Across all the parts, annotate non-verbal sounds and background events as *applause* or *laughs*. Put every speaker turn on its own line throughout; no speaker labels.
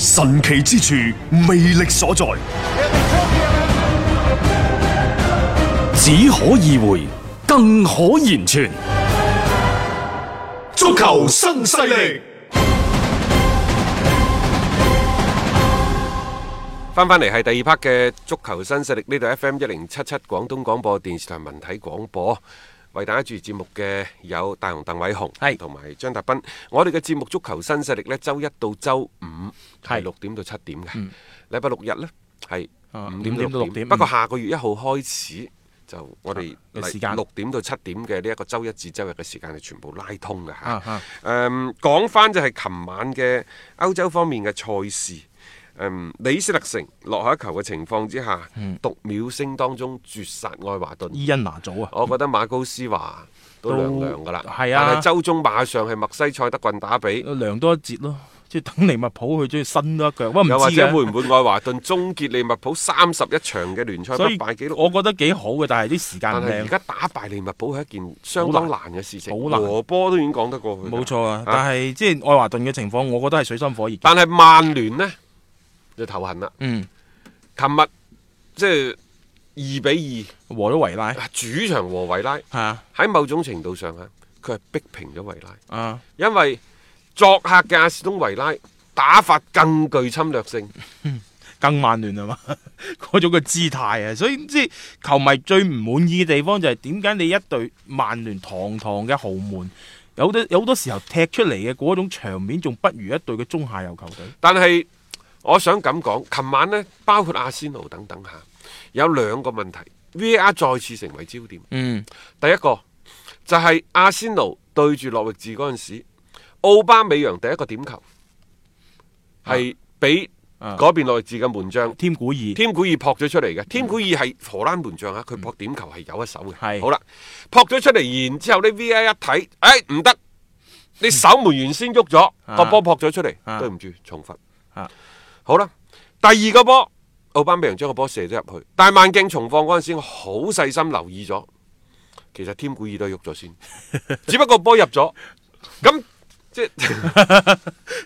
神奇之處，魅力所在，
只可意會，更可言傳。
足球新勢力，
翻翻嚟係第二 part 嘅足球新勢力，呢度 FM 一零七七廣東廣播電視台文體廣播，為大家主持節目嘅有大雄、鄧偉雄，係同埋張達斌。我哋嘅節目足球新勢力呢，周一到周五係六點到七點嘅，禮拜六日呢係
嗯啊
五
五
點
點
到
到
六
六
點。
點
不過下個月一號開始。就我哋
嘅時間
六點到七點嘅呢一個周一至周日嘅時間係全部拉通嘅嚇
啊啊。
誒講翻就係琴晚嘅歐洲方面嘅賽事。嗯李斯特城落下一球嘅情況之下，
嗯
讀秒聲當中絕殺愛華頓。
伊恩拿祖啊，
我覺得馬高斯華都
都
涼涼㗎啦，
係啊
但係周中馬上係墨西塞德郡打比，
量多一截咯，即係等利物浦去中意伸多一腳，不過唔
又或
知
者會
嘅。
唔會愛華頓終結利物浦三十一場嘅聯賽不
所以
敗紀錄？
我覺得幾好嘅，但係啲時間
但
唔
係而
靚，
家打敗利物浦係一件相當難嘅事情，
好難
和波都已經講得過去。
冇錯啊。
啊
但係即係愛華頓嘅情況，我覺得係水深火熱嘅。
但係曼聯呢，就頭痕啦，
嗯，
琴日即係二比
和咗維拉
二啊主場和維拉，
係啊
喺某種程度上啊，佢係逼平咗維拉，
啊，
因為作客嘅阿士東維拉打法更具侵略性。
更曼聯啊嘛，嗰種嘅姿態啊，所以即係球迷最唔滿意嘅地方就係點解你一隊曼聯堂堂嘅豪門，有好多有好多時候踢出嚟嘅嗰種場面，仲不如一隊嘅中下游球隊。
但係我想咁講，琴晚呢，包括阿仙奴等等下，有兩個問題，VR 再次成為焦點。
嗯，
第一個就係、阿仙奴對住諾域治嗰陣時，奧巴美揚第一個點球係俾
啊
嗰邊諾域治嘅門將
添古爾。
添古爾撲咗出嚟
嗯
嘅。添古爾係荷蘭門將啊，佢撲點球係有一手嘅。
係
好啦，撲咗出嚟，然之後呢 V I 一睇，哎唔得，你守門員先喐咗，
啊
個波撲咗出嚟，
啊
對唔住，重罰
啊。
好啦，第二個波，奧巴美揚將個波射咗入去，但係慢鏡重放嗰陣時，我好細心留意咗，其實添古爾都係喐咗先，
*laughs*
只不過波入咗，咁即係。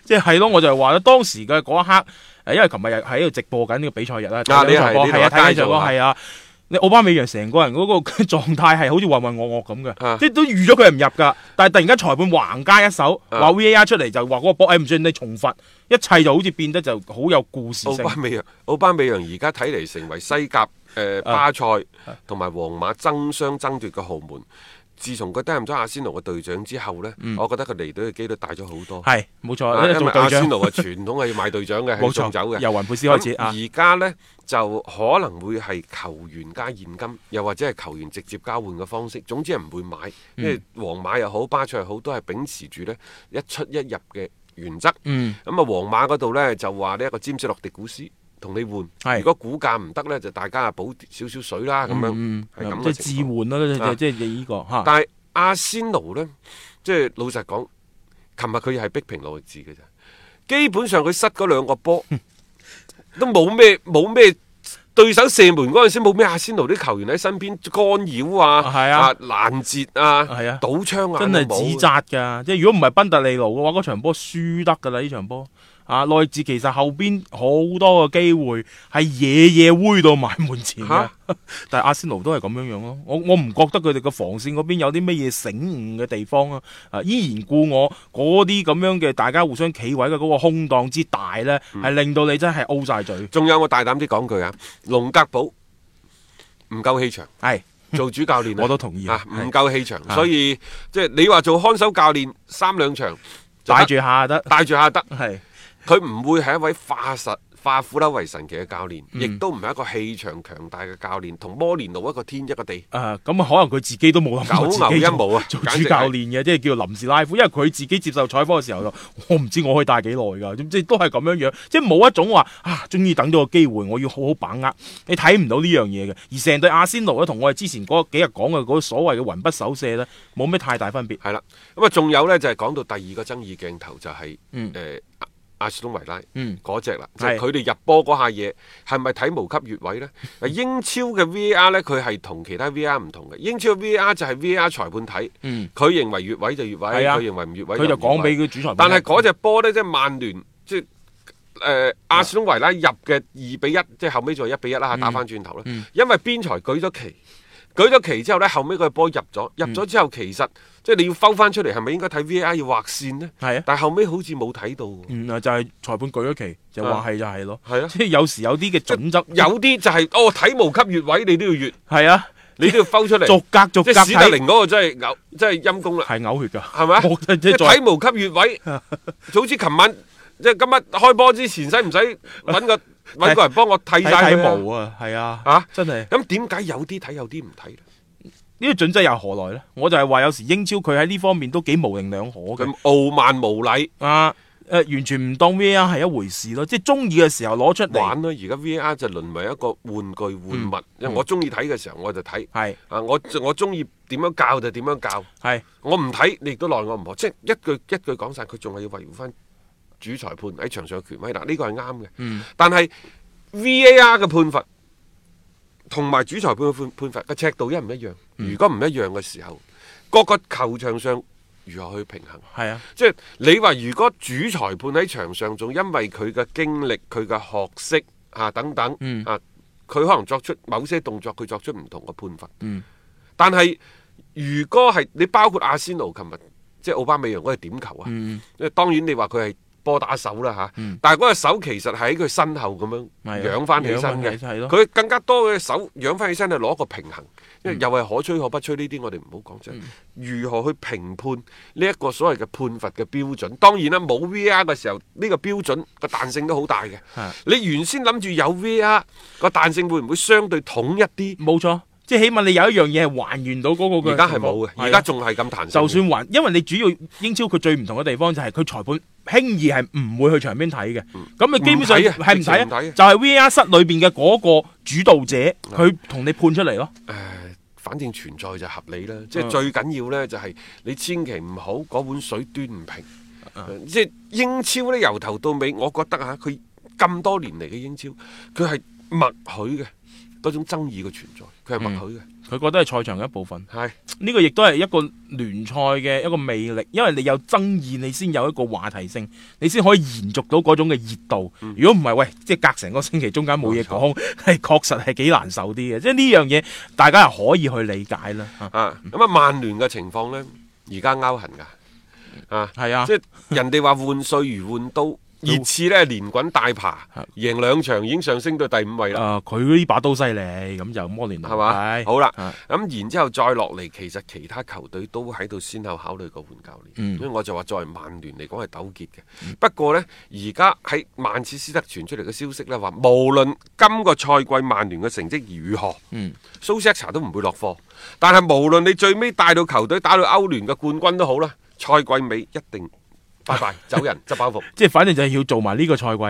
即係咯，我就係話啦，當時嘅嗰一刻，誒，因為琴日又喺度直播緊呢個比賽日啦，
啊你係你同阿
睇緊場波係啊，睇緊
佳
場
做
波
啊
係啊，你奧巴美揚成個人嗰個狀態係好似渾渾噩噩咁
啊
嘅，即係都預咗佢係唔入㗎，但係突然間裁判橫加一手，
啊
話 VAR 出嚟就話嗰個波，誒唔信你重罰，一切就好似變得就好有故事
奧
性
巴。美揚，奧巴美揚而家睇嚟成為西甲、誒、呃
啊
巴塞同埋皇馬爭相爭奪嘅豪門。自從佢擔任咗阿仙奴嘅隊長之後呢，我覺得佢離隊嘅機率大咗好多。
嗯係冇錯，
啊
因為
因為
做
阿
隊
仙奴
長
嘅傳統係要賣隊長
*laughs*
嘅，係
冇
送走
錯，
嘅。
由雲佩斯開始
咁
啊，
而家呢，就可能會係球員加現金，又或者係球員直接交換嘅方式。總之係唔會買，因為
嗯
皇馬又好，巴塞又好，都係秉持住呢一出一入嘅原則。
*laughs* 嗯，
咁啊，皇馬嗰度呢，就話呢一個詹士洛迪古斯同你換，
係
如果股價唔得呢，就大家啊補少少水啦，咁樣
嗯
係咁
即
嘅
係置
情況。
換啦，
啊
即係即係呢個嚇，
但係阿仙奴呢，即係老實講，琴日佢係逼平諾域治嘅咋，基本上佢失嗰兩個波都冇咩冇咩。對手射門嗰陣時冇咩阿仙奴啲球員喺身邊干擾啊，
係啊
攔截啊，
係啊
堵槍啊，
真係指責㗎，即係如果唔係賓特利奴嘅話，嗰場波輸得㗎啦！呢場波啊，內治其實後邊好多個機會係夜夜煨到埋門前嘅
嚇，
*laughs* 但係阿仙奴都係咁樣樣咯。我我唔覺得佢哋嘅防線嗰邊有啲咩嘢醒悟嘅地方啊！啊，依然故我嗰啲咁樣嘅大家互相企位嘅嗰個空檔之大呢，
嗯
係令到你真係 O 晒嘴。
仲有我大膽啲講句啊，龍格堡唔夠氣場，
係
做主教練啊
我都同意
啊，
係
唔夠氣場，
啊
所以即係你話做看守教練三兩場就得
帶住下得
帶住下得，
係。
佢唔會係一位化實化腐朽為神奇嘅教練，
嗯
亦都唔係一個氣場強大嘅教練，同摩連奴一個天一個地。
啊，咁啊，可能佢自己都冇諗過自己
九牛一
做
毛啊
做
簡
主
直係
教練嘅，即係叫臨時拉夫。因為佢自己接受採訪嘅時候，就我唔知我可以帶幾耐㗎，咁即係都係咁樣樣，即係冇一種話啊，終於等到個機會，我要好好把握。你睇唔到呢樣嘢嘅，而成隊阿仙奴咧，同我哋之前嗰幾日講嘅嗰所謂嘅雲不守舍咧，冇咩太大分別。
係啦，咁啊，仲有呢，就係、講到第二個爭議鏡頭就係、
嗯
誒阿阿士東維拉
嗯
嗰只啦，就
係
係佢哋入波嗰下嘢係咪睇無級越位
*laughs*
呢？嗱英超嘅 VAR 呢，佢係同其他 VAR 唔同嘅，英超嘅 VAR 就係 VAR 裁判睇，佢、
嗯
認為越位就越位，
係
佢、
啊
認為唔越位
佢
唔越位
就講俾佢主裁判聽。
但係嗰只波呢，即係曼聯即係誒阿士東維拉入嘅二比一，即係後尾再一比一啦
嗯
嚇，打翻轉頭啦。因為邊裁舉咗旗，舉咗旗之後呢，後尾個波入咗，入咗
嗯
之後其實即係你要摟翻出嚟，係咪應該睇 VAR 要劃線呢？
係啊
但係後尾好似冇睇到喎。
嗯啊，就係裁判舉咗旗，就話係就係咯。
係啊
即係有時有啲嘅準則
有啲就係、哦睇無級越位，你都要越，
係啊，
你都要摟
*laughs*
出嚟。
逐格逐格
即係史特
睇
靈嗰個真係嘔，真係陰公啦。
*laughs* 係嘔血㗎，
係咪啊
我覺得
即
即
係
係再
睇無級越
*laughs*
位，就好似琴晚即係今日開波之前，使
*laughs*
唔使揾個揾個人幫我剃
睇
晒
睇
佢啊？
毛啊，係啊，
啊
真係。
咁點解有啲睇有啲唔睇呢？
呢個準則又何來呢？我就係話有時英超佢喺呢方面都幾模棱兩可嘅
佢傲慢無禮
啊！誒、完全唔當 VR 係一回事咯，即係中意嘅時候攞出嚟
玩咯，而家 VR 就淪為一個玩具玩物，因
嗯
為我中意睇嘅時候我就睇，
係
啊我我中意點樣教就點樣教，
係
我唔睇你亦都奈我唔何，即係一句一句講晒，佢仲係要維護翻主裁判喺場上嘅權威嗱，呢個係啱嘅，但係 VAR 嘅判罰。同埋主裁判嘅判判罰嘅尺度一唔一樣？如果唔一樣嘅時候，各個球場上如何去平衡？
係啊，
即係你話，如果主裁判喺場上仲因為佢嘅經歷、佢嘅學識啊等等、
嗯
啊，佢可能作出某些動作，佢作出唔同嘅判罰。但係如果係你包括阿仙奴琴日即係奧巴美揚嗰個點球啊，
嗯
因為當然你話佢係波打手啦嚇，但係嗰個手其實喺佢身後咁樣
係啊
養翻起身
仰
嘅
返起，係咯
佢更加多嘅手養翻起身係攞一個平衡，因
嗯
為又係可吹可不吹呢啲我哋唔好講啫。如何去評判呢一個所謂嘅判罰嘅標準？當然啦，冇 VR 嘅時候，呢、個標準個彈性都好大嘅
係。
你原先諗住有 VR 個彈性會唔會相對統一啲？
冇錯，即係起碼你有一樣嘢係還原到嗰個嘅
而家係
情況
冇嘅，
係啊
而家仲係咁彈性嘅。
就算還，因為你主要英超佢最唔同嘅地方就係佢裁判輕易係唔會去場邊睇嘅，咁你基本上
唔睇啊
係唔
直情唔
睇
睇啊
啊，就係 VR 室裏邊嘅嗰個主導者佢同你判出嚟咯，
誒、反正存在就合理啦。即係
嗯
最緊要呢，就係你千祈唔好嗰碗水端唔平。
啊
呃即係英超呢，由頭到尾，我覺得嚇佢咁多年嚟嘅英超，佢係默許嘅嗰種爭議嘅存在，佢係默許嘅。
佢覺得係賽場嘅一部分。
係
呢個亦都係一個聯賽嘅一個魅力，因為你有爭議，你先有一個話題性，你先可以延續到嗰種嘅熱度。如果唔係，喂，即係隔成個星期中間嗯冇嘢講，係確實係幾難受啲嘅。即係呢樣嘢，大家係可以去理解啦。嚇
啊，咁啊，曼聯嘅情況呢，而家勾痕㗎。啊，
係啊
即係人哋話換帥如換刀，熱刺呢連滾帶爬，
啊
贏兩場已經上升到第五位啦。
誒，呃佢呢把刀犀利，咁就摩連奴
係嘛？
係
好啦，
啊
咁然之後再落嚟，其實其他球隊都喺度先後考慮過換教練，
嗯
所以我就話作為曼聯嚟講係糾結嘅。不過呢，而家喺曼徹斯特傳出嚟嘅消息呢，話無論今個賽季曼聯嘅成績如何，
嗯
蘇斯克查都唔會落課。但係無論你最尾帶到球隊打到歐聯嘅冠軍都好啦，賽季尾一定拜
*laughs*
拜走人執包袱。
即係反正就係要做埋呢個賽季，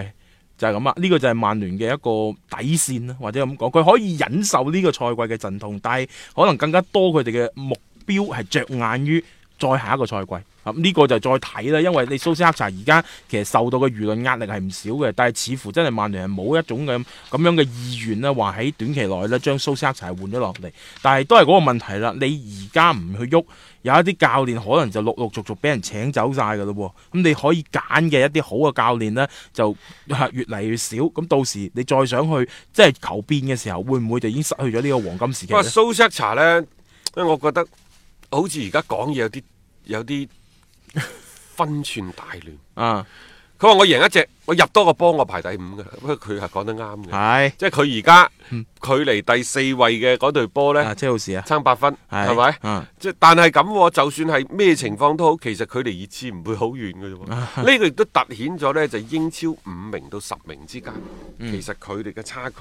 就係咁啊啦。呢、個就係曼聯嘅一個底線啦，或者咁講，佢可以忍受呢個賽季嘅陣痛，但係可能更加多佢哋嘅目標係着眼於再下一個賽季。啊呢、個就再睇啦，因為你蘇斯克查而家其實受到嘅輿論壓力係唔少嘅，但係似乎真係曼聯係冇一種咁咁樣嘅意願啦，話喺短期內咧將蘇斯克查換咗落嚟。但係都係嗰個問題啦，你而家唔去喐，有一啲教練可能就陸陸續續俾人請走晒㗎咯喎。咁你可以揀嘅一啲好嘅教練呢，就呃越嚟越少。咁到時你再想去即係求變嘅時候，會唔會就已經失去咗呢個黃金
不
時期呢
過蘇斯克查呢，因為我覺得好似而家講嘢有
*laughs*
啲有啲分寸大亂。
啊，
佢話我贏一隻，我入多個波，我排第五嘅。不過佢係講得啱嘅，
係
即係佢而家距離第四位嘅嗰隊波
嗯啊，
呢，
車路士啊，
爭八分，
係
係咪
嗯？
即係但係咁喎，就算係咩情況都好，其實距離熱刺唔會好遠嘅啫喎。
啊
呢個亦都凸顯咗呢，就英超五名到十名之間，
嗯
其實佢哋嘅差距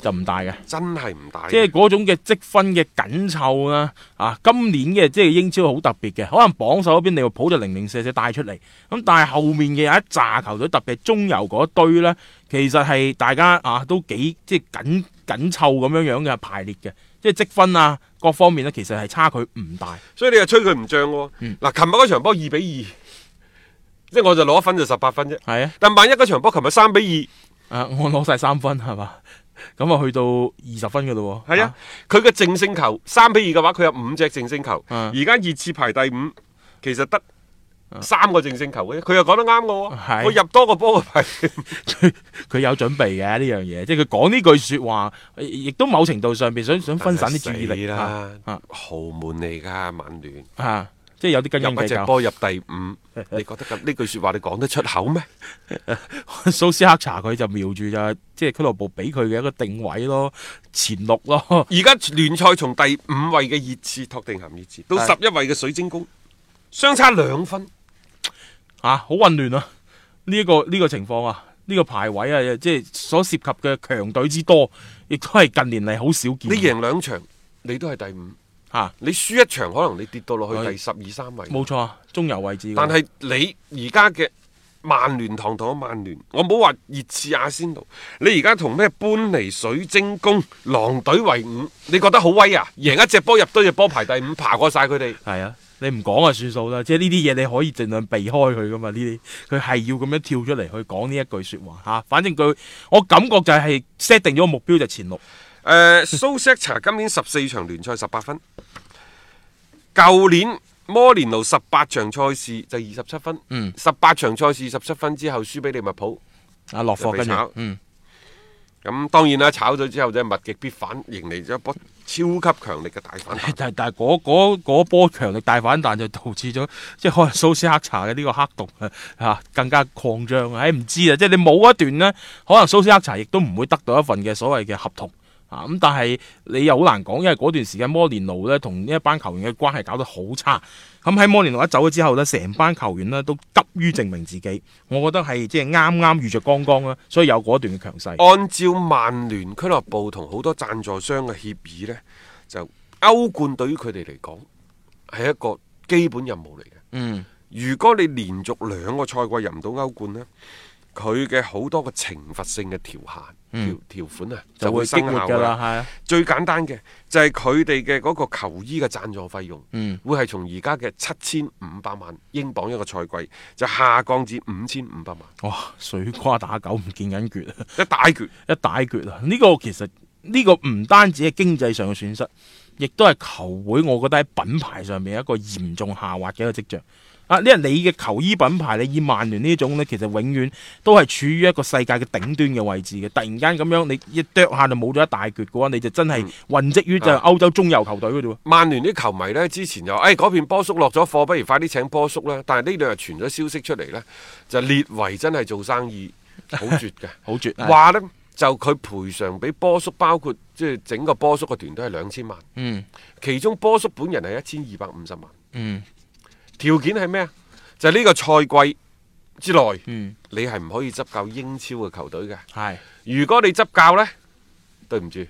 就唔大嘅。
真係唔大嘅。
即係嗰種嘅積分嘅緊湊啦，啊，今年嘅即係英超好特別嘅，可能榜首嗰邊利物浦就零零舍舍帶出嚟，咁但係後面嘅有一紮球隊，特別係中游嗰堆呢，其實係大家啊都幾即係緊緊湊咁樣樣嘅排列嘅，即係積分啊各方面呢，其實係差距唔大，
所以你又吹佢唔漲喎。
嗯
嗱，琴日嗰場波二比二，即係我就攞一分就十八分啫。
係啊，
但萬一嗰場波琴日三比
啊我攞晒三分係嘛，咁啊去到二十分嘅咯
二，
喎，
係啊，，佢嘅淨勝球三比二嘅話，佢有五隻淨勝球。
啊
而家熱刺排第五，其實得。三個淨勝球嘅啫，佢又講得啱嘅
啊
喎，
係
佢入多個波嘅排。
佢佢有準備嘅呢樣嘢，即係佢講呢句説話，亦都某程度上邊想想 *laughs* 分散啲注意力
啦
啊啊，
豪門嚟㗎，曼聯
啊，即係有啲斤斤
入一
計
隻
較。
波入第五，你覺得咁呢句説話你講得出口咩？
*laughs* 蘇斯克查佢就瞄住就即係俱樂部俾佢嘅一個定位咯，前六咯， *laughs*
而家聯賽從第五位嘅熱刺托定咸熱刺到十
係
一位嘅水晶宮，相差兩分。
啊，好混亂啊！呢、一個呢、個情況啊，呢、個排位啊，即係所涉及嘅強隊之多，亦都係近年嚟好少見。
你贏兩場，你都係第五；
啊嚇，
你輸一場，可能你跌到落去
係
第十二三位。
冇錯啊，中游位置嗰個。
但係你而家嘅曼聯堂堂嘅曼聯，我冇話熱刺、阿仙奴，你而家同咩搬尼、水晶宮、狼隊為伍，你覺得好威啊？贏一隻波入多隻波排第五，爬過晒佢哋。
係啊，你唔講啊算數啦，即係呢啲嘢你可以盡量避開佢噶嘛，呢啲佢係要咁樣跳出嚟去講呢一句説話嚇、啊反正佢我感覺就係 set 定咗個目標就前六，
誒，呃蘇斯查今年十四場聯賽十八分，舊年摩連奴十八場賽事就二十七分，
嗯
十八場賽事十七分之後輸俾利物浦，
啊落課
被
跟
炒
住，嗯
咁當然啦，炒咗之後就係物極必反，迎嚟咗一波超級強力嘅大反
*laughs*
彈。
但但係嗰嗰嗰波強力大反彈就導致咗，即係可能蘇斯克查嘅呢個黑洞啊啊更加擴張啊！唉唔知啊，即係你冇一段呢，可能蘇斯克查亦都唔會得到一份嘅所謂嘅合同啊！咁但係你又好難講，因為嗰段時間摩連奴呢同呢一班球員嘅關係搞得好差。咁喺摩連奴一走咗之後呢，成班球員呢都急於證明自己，我覺得係即係啱啱遇着剛剛啦，所以有嗰段嘅強勢。
按照曼聯俱樂部同好多贊助商嘅協議呢，就歐冠對於佢哋嚟講係一個基本任務嚟嘅。
嗯，
如果你連續兩個賽季入唔到歐冠呢，佢嘅好多個懲罰性嘅條限、條條款啊，
嗯就會
會
激
生
活
效
㗎
㗎
啦，係啊。
最簡單嘅就係佢哋嘅嗰個球衣嘅贊助費用，
嗯
會係從而家嘅七千五百萬英鎊一個賽季，就下降至五千五百萬，
哇！哦水瓜打狗唔見緊橛啊！
一大橛。
一大橛啊！呢、個其實呢、個唔單止係經濟上嘅損失，亦都係球會我覺得喺品牌上面一個嚴重下滑嘅一個跡象。啊！因為你嘅球衣品牌，你以曼聯呢種呢，其實永遠都係處於一個世界嘅頂端嘅位置嘅。突然間咁樣，你一啄下就冇咗一大橛嘅話，你就真係混跡於就係歐洲中游球隊嗰度。
曼聯啲球迷呢，之前又哎誒嗰邊波叔落咗貨，不如快啲請波叔啦。但係呢兩日傳咗消息出嚟呢，就列為真係做生意好絕嘅。
好絕！
話呢，就佢賠償俾波叔，包括即係整個波叔個團隊係兩千萬，
嗯
其中波叔本人係一千二百五十萬。
嗯
條件係咩啊？就係呢個賽季之內，
嗯，
你係唔可以執教英超嘅球隊嘅。
係
如果你執教呢，對唔住，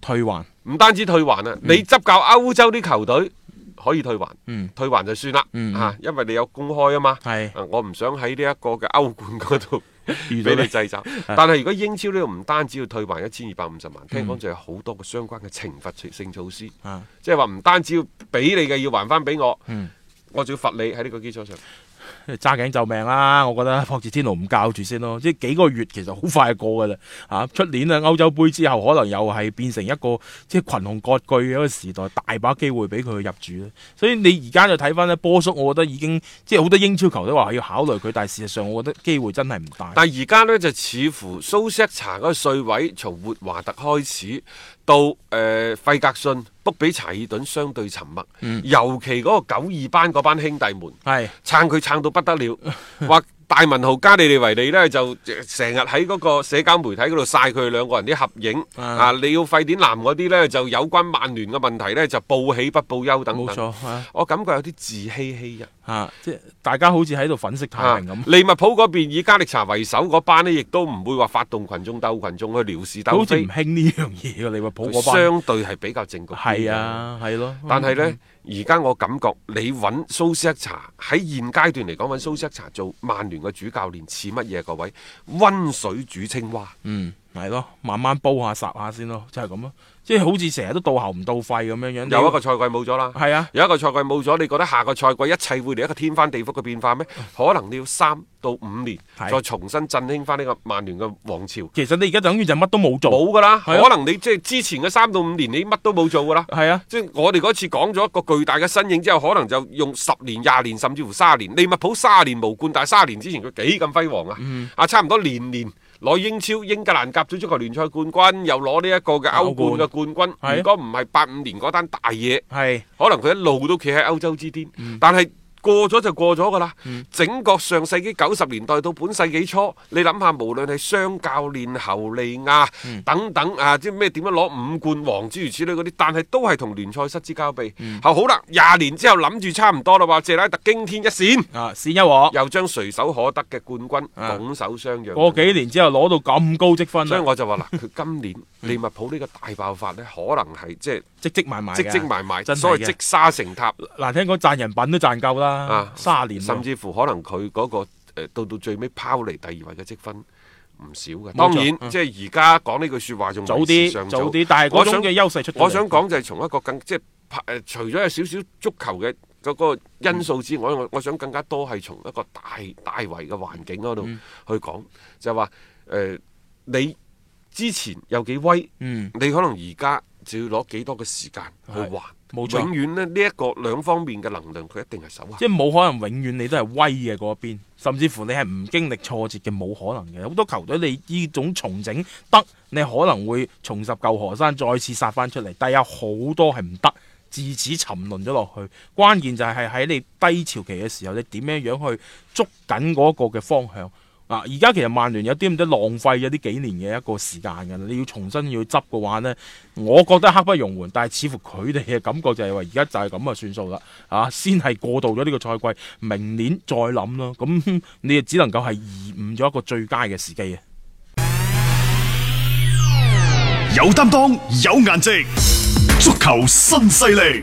退還。
唔單止退還啊，你執教歐洲啲球隊可以退還，
嗯
退還就算啦，
嗯嗯
啊因為你有公開啊嘛。
係
啊我唔想喺呢一個嘅歐冠嗰度
*laughs* 遇到
俾你
你啊
掣肘。但係如果英超呢度唔單止要退還一千二百五十萬，聽講就有好多嘅相關嘅懲罰性措施，
嗯啊！
即係話唔單止要俾你嘅要還翻俾我，
嗯
我仲要罰你喺呢個基礎上。
揸頸救命啦！我覺得 *laughs* 霍治天奴唔教住先咯，即係幾個月其實好快就過噶啦嚇。出年啊歐洲杯之後，可能又係變成一個即係群雄割據嘅一個時代，大把機會俾佢入主啦。所以你而家就睇翻咧，波叔，我覺得已經即係好多英超球隊話要考慮佢，但係事實上我覺得機會真係唔
*laughs*
大。
但而家呢，就似乎蘇斯查嗰個帥位，從活華特開始到誒、呃、費格遜、卜比查爾頓相對沉默，
嗯
尤其嗰個九二班嗰班兄弟們
係 *laughs*
撐佢撐到不得了，話大文豪加利利維利呢，就呃成日喺嗰個社交媒體嗰度晒佢哋兩個人啲合影
啊
啊！你要費典南嗰啲呢，就有關曼聯嘅問題呢，就報喜不報憂等
冇
等。
錯啊
我感覺有啲自欺欺人。
啊，即係大家好似喺度粉飾太平咁，
啊利物浦嗰邊以加力查為首嗰班呢，亦都唔會話發動群眾鬥群眾去撩事鬥
好似
非
唔，興呢樣嘢喎。利物浦
佢
嗰班
相對係比較正局。
係。啊，嗯係咯。
但係呢，而家我感覺你揾蘇斯克查喺現階段嚟講，揾蘇斯克查做曼聯嘅主教練似乜嘢？各位，温水煮青蛙。
嗯，係咯，慢慢煲下霎下先咯，就係咁咯。即係好似成日都到喉唔到肺咁樣樣。
有一個賽季冇咗啦，
係啊
有一個賽季冇咗，你覺得下個賽季一切會嚟一個天翻地覆嘅變化咩？可能你要三到五年
嗯係
再重新振興翻呢個曼聯嘅王朝，
其實你而家等於就乜都冇做。
冇噶啦，
係啊
可能你即係之前嘅三到五年你乜都冇做噶啦。
係啊，
即係我哋嗰次講咗一個巨大嘅身影之後，可能就用十年、廿年，甚至乎卅年。利物浦卅年無冠，但係卅年之前佢幾咁輝煌啊！
嗯
啊，差唔多年年攞英超、英格蘭甲組足球聯賽冠軍，又攞呢一個嘅歐冠嘅冠軍。
係啊
如果唔係八五年嗰單大嘢，
係
可能佢一路都企喺歐洲之巔，但係過咗就過咗㗎啦。整個上世紀九十年代到本世紀初，你諗下，無論係雙教練侯利亞、等等啊，即係咩點樣攞五冠王諸如此類嗰啲，但係都係同聯賽失之交臂。後好啦，廿年之後諗住差唔多啦喎，謝拉特驚天一閃，
啊，閃一我。
*laughs* 又將隨手可得嘅冠
啊
軍拱手相讓。
過幾年之後攞到咁高積分啊
所以
啦，
我就話
*laughs*
嗱，佢今年利物浦呢個大爆發呢，可能係即係
積積埋埋㗎，
積積埋埋，
真
所
係
謂
嘅
積沙成塔。
難聽講賺人品都賺夠啦
啊，
卅年喎
甚至乎可能佢嗰、個、呃、到到最尾拋離第二位嘅積分唔少嘅。
冇錯
當然，
嗯
即係而家講呢句説話仲
早
為時
啲
尚
早
早
啲，但係
我
嗰種
想
嘅優勢出咗嚟
我想講就係從一個更即係拍呃除咗有少少足球嘅嗰個因素之外，
嗯
我我想更加多係從一個大大圍嘅環境嗰度
嗯
去講，就係話誒你之前有幾威，
嗯
你可能而家就要攞幾多嘅時間去
係
還。
冇錯
永遠咧呢一、個兩方面嘅能量，佢一定係守下。
即係冇可能永遠你都係威嘅嗰一邊，甚至乎你係唔經歷挫折嘅冇可能嘅。好多球隊你呢種重整得，你可能會重拾舊河山，再次殺翻出嚟，但有好多係唔得。自此沉淪咗落去，關鍵就係喺你低潮期嘅時候，你點樣樣去捉緊嗰個嘅方向啊！而家其實曼聯有啲咁多浪費咗呢幾年嘅一個時間㗎啦，你要重新要執嘅話呢，我覺得刻不容緩，但係似乎佢哋嘅感覺就係話而家就係咁啊算數啦，啊先係過渡咗呢個賽季，明年再諗咯。咁你就只能夠係延誤咗一個最佳嘅時機啊！
有擔當，有顏值，足球新勢力，